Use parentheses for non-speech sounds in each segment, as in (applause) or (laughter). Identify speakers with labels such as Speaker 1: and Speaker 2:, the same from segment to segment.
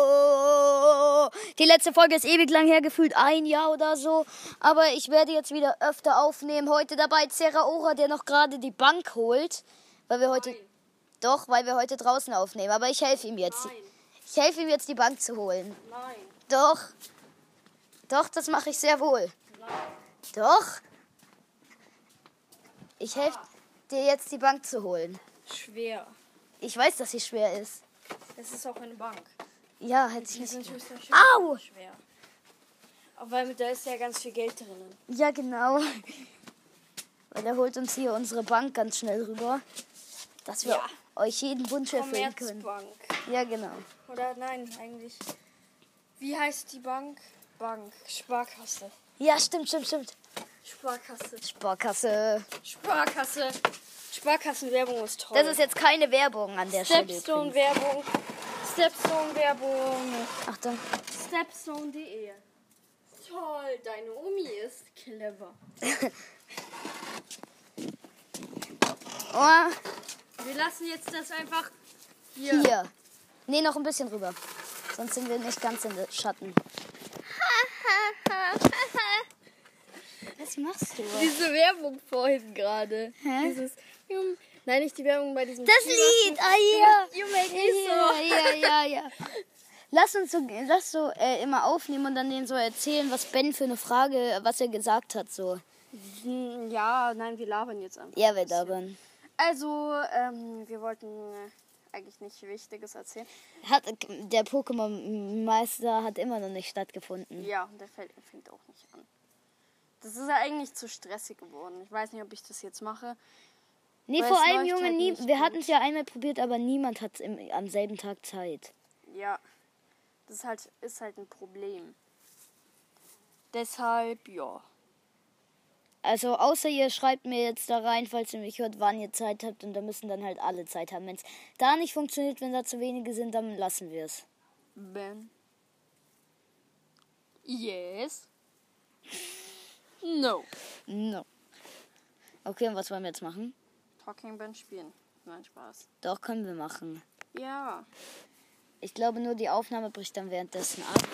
Speaker 1: Hallo! Die letzte Folge ist ewig lang her, gefühlt ein Jahr oder so. Aber ich werde jetzt wieder öfter aufnehmen. Heute dabei Zera Ora, der noch gerade die Bank holt. Weil wir heute. Doch, weil wir heute draußen aufnehmen. Aber ich helfe ihm jetzt. Ich helfe ihm jetzt, die Bank zu holen.
Speaker 2: Nein,
Speaker 1: Doch. Doch, das mache ich sehr wohl. Doch. Ich helfe dir jetzt, die Bank zu holen.
Speaker 2: schwer.
Speaker 1: Ich weiß, dass sie schwer ist.
Speaker 2: Das ist auch eine Bank.
Speaker 1: Ja, hätte ich
Speaker 2: Die
Speaker 1: nicht.
Speaker 2: sind höchstwahrscheinlich
Speaker 1: Au!
Speaker 2: schwer. Aber weil da ist ja ganz viel Geld drinnen.
Speaker 1: Ja, genau. (laughs) Weil er holt uns hier unsere Bank ganz schnell rüber, dass wir
Speaker 2: Ja.
Speaker 1: euch jeden Wunsch erfüllen können.
Speaker 2: Commerzbank.
Speaker 1: Ja, genau.
Speaker 2: Oder nein, eigentlich. Wie heißt die Bank? Bank. Sparkasse.
Speaker 1: Ja, stimmt, stimmt, stimmt.
Speaker 2: Sparkasse.
Speaker 1: Sparkasse.
Speaker 2: Sparkasse. Sparkassenwerbung ist toll.
Speaker 1: Das ist jetzt keine Werbung an der Stelle. übrigens.
Speaker 2: Stepstone-Werbung. Stepstone-Werbung.
Speaker 1: Achtung.
Speaker 2: Stepstone.de. Toll, deine Omi ist clever.
Speaker 1: Oh,
Speaker 2: Wir lassen jetzt das einfach hier.
Speaker 1: hier. Nee, noch ein bisschen rüber. Sonst sind wir nicht ganz in den Schatten. Was machst du?
Speaker 2: (laughs) Diese Werbung vorhin gerade. Dieses. Jum- Nein, nicht die Werbung bei diesem.
Speaker 1: Das Lied, ah ja.
Speaker 2: You make
Speaker 1: Ja,
Speaker 2: me so.
Speaker 1: ja, ja, ja. Lass uns so, lass so äh, immer aufnehmen und dann denen so erzählen, was Ben für eine Frage, äh, was er gesagt hat. So.
Speaker 2: Hm, Ja, nein, wir labern jetzt einfach.
Speaker 1: Ja, wir labern.
Speaker 2: Also, ähm, wir wollten äh, eigentlich nicht Wichtiges erzählen.
Speaker 1: Hat, der Pokémon-Meister hat immer noch nicht stattgefunden.
Speaker 2: Ja, und der fällt, fängt auch nicht an. Das ist ja eigentlich zu stressig geworden. Ich weiß nicht, ob ich das jetzt mache.
Speaker 1: Nee,
Speaker 2: Weil
Speaker 1: vor
Speaker 2: es
Speaker 1: allem,
Speaker 2: läuft
Speaker 1: Junge,
Speaker 2: halt
Speaker 1: nie,
Speaker 2: nicht
Speaker 1: wir
Speaker 2: gut.
Speaker 1: hatten es ja einmal probiert, aber niemand hat es am selben Tag Zeit.
Speaker 2: Ja, das ist halt, ist halt ein Problem. Deshalb, ja.
Speaker 1: Also, außer ihr schreibt mir jetzt da rein, falls ihr mich hört, wann ihr Zeit habt und da müssen dann halt alle Zeit haben. Wenn es da nicht funktioniert, wenn da zu wenige sind, dann lassen wir es.
Speaker 2: Ben. Yes. No.
Speaker 1: No. Okay, und was wollen wir jetzt machen?
Speaker 2: Talking Ben spielen. Nein, Spaß.
Speaker 1: Doch, können wir machen.
Speaker 2: Ja.
Speaker 1: Ich glaube, nur die Aufnahme bricht dann währenddessen ab.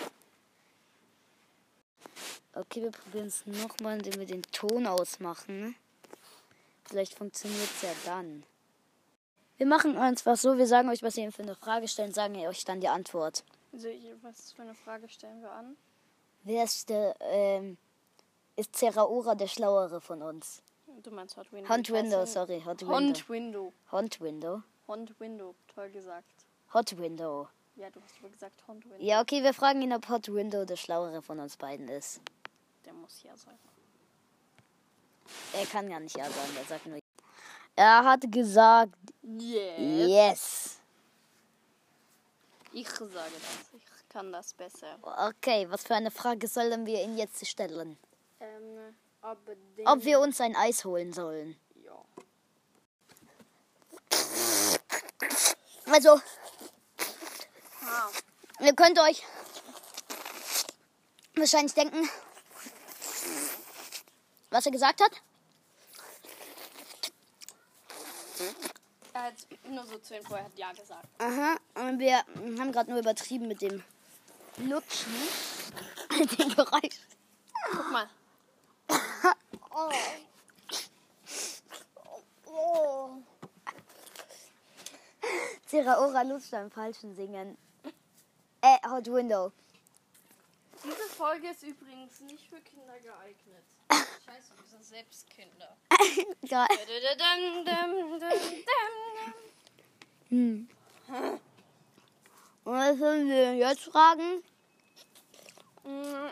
Speaker 1: Okay, wir probieren es nochmal, indem wir den Ton ausmachen. Vielleicht funktioniert es ja dann. Wir machen einfach so, wir sagen euch, was ihr für eine Frage stellt, sagen ihr euch dann die Antwort.
Speaker 2: Also, ich- was für eine Frage stellen wir an?
Speaker 1: Wer ist der, ähm, ist Zeraora der Schlauere von uns?
Speaker 2: Du meinst Hot Window.
Speaker 1: Hot
Speaker 2: Ich weiß
Speaker 1: Window,
Speaker 2: nicht.
Speaker 1: sorry, Hot Window.
Speaker 2: Hot Window.
Speaker 1: Hot Window?
Speaker 2: Hot Window. Toll gesagt.
Speaker 1: Hot Window.
Speaker 2: Ja, du hast aber gesagt Hot Window.
Speaker 1: Ja, okay, wir fragen ihn, ob Hot Window der Schlauere von uns beiden ist.
Speaker 2: Der muss ja sein.
Speaker 1: Er kann gar nicht ja sagen, er sagt nur. Er hat gesagt, Äh.
Speaker 2: Yes.
Speaker 1: yes.
Speaker 2: Ich sage das. Ich kann das besser.
Speaker 1: Okay, was für eine Frage sollen wir ihn jetzt stellen?
Speaker 2: Ähm, ob den...
Speaker 1: Ob wir uns ein Eis holen sollen.
Speaker 2: Ja.
Speaker 1: Also,
Speaker 2: Ah,
Speaker 1: ihr könnt euch wahrscheinlich denken, was er gesagt hat.
Speaker 2: er hat nur so zu Info, er hat ja gesagt.
Speaker 1: Aha, und wir haben gerade nur übertrieben mit dem (laughs) Lutschen. Den Geräusch.
Speaker 2: Guck mal.
Speaker 1: Zeraora lutscht am falschen Singen. Äh, Hot Window.
Speaker 2: Diese Folge ist übrigens nicht für Kinder geeignet. (laughs) Scheiße, wir sind selbst Kinder.
Speaker 1: Geil.
Speaker 2: Dadadadam, dam, dam, dam.
Speaker 1: Und was sollen wir jetzt fragen?
Speaker 2: Mm.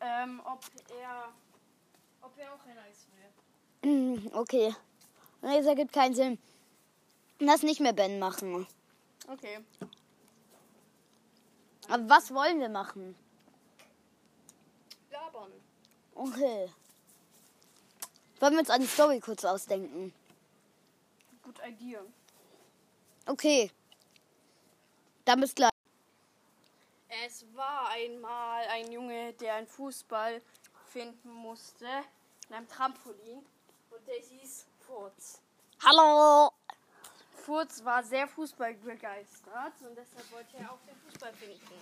Speaker 2: Ähm, ob er, ob er auch ein Eis will.
Speaker 1: Hm, Okay. Nee, das ergibt keinen Sinn. Lass nicht mehr Ben machen.
Speaker 2: Okay.
Speaker 1: Aber was wollen wir machen?
Speaker 2: Labern.
Speaker 1: Okay. Wollen wir uns eine Story kurz ausdenken?
Speaker 2: Good idea.
Speaker 1: Okay. Dann bis gleich.
Speaker 2: Es war einmal ein Junge, der einen Fußball finden musste in einem Trampolin und der hieß Furz.
Speaker 1: Hallo!
Speaker 2: Furz war sehr fußballbegeistert und deshalb wollte er auch den Fußball finden.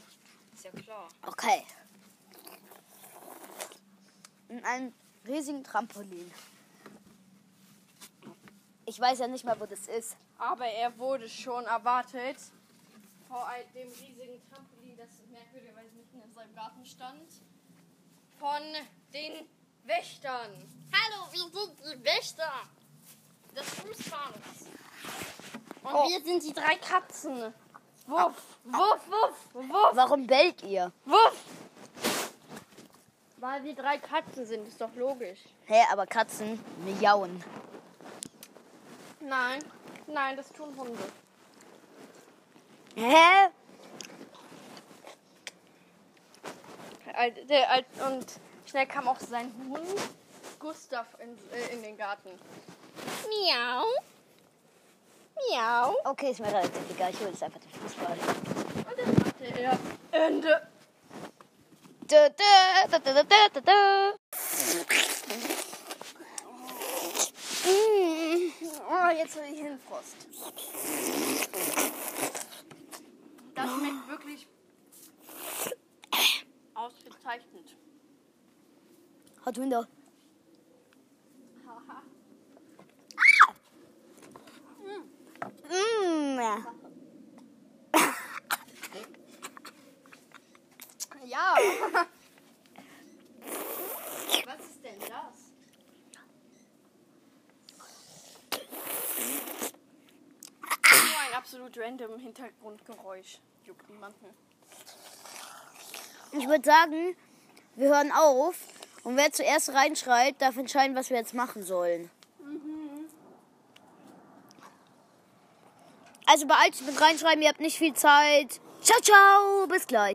Speaker 2: Ist ja klar.
Speaker 1: Okay. In einem riesigen Trampolin. Ich weiß ja nicht mal, wo das ist.
Speaker 2: Aber er wurde schon erwartet vor all- dem riesigen Trampolin, das merkwürdigerweise mitten in seinem Garten stand, von den Wächtern. Hallo, wir sind die Wächter des Fußballs. Und
Speaker 1: Oh.
Speaker 2: wir sind die drei Katzen. Oh. Wuff, wuff, wuff, wuff,
Speaker 1: Warum bellt ihr?
Speaker 2: wuff. Weil wir drei Katzen sind, ist doch logisch.
Speaker 1: Hä, aber Katzen miauen.
Speaker 2: Nein, nein, das tun Hunde.
Speaker 1: Hä?
Speaker 2: Alt- der alt- Und schnell kam auch sein Hund Gustav in, äh, in den Garten. Miau. Miau.
Speaker 1: Okay, ist mir relativ egal. Ich hole jetzt einfach den Fußball.
Speaker 2: Und dann machte er Ende.
Speaker 1: Da, da, da, da, da, da, da, da.
Speaker 2: Oh, jetzt will ich Hinfrost. Das schmeckt wirklich ausgezeichnet.
Speaker 1: Hot Window.
Speaker 2: Haha.
Speaker 1: Mm.
Speaker 2: Ja. Was ist denn das? Nur ein absolut random Hintergrundgeräusch. Juckt niemanden.
Speaker 1: Ich würde sagen, wir hören auf. Und wer zuerst reinschreit, darf entscheiden, was wir jetzt machen sollen. Also beeilt euch mit reinschreiben, ihr habt nicht viel Zeit. Ciao, ciao, bis gleich.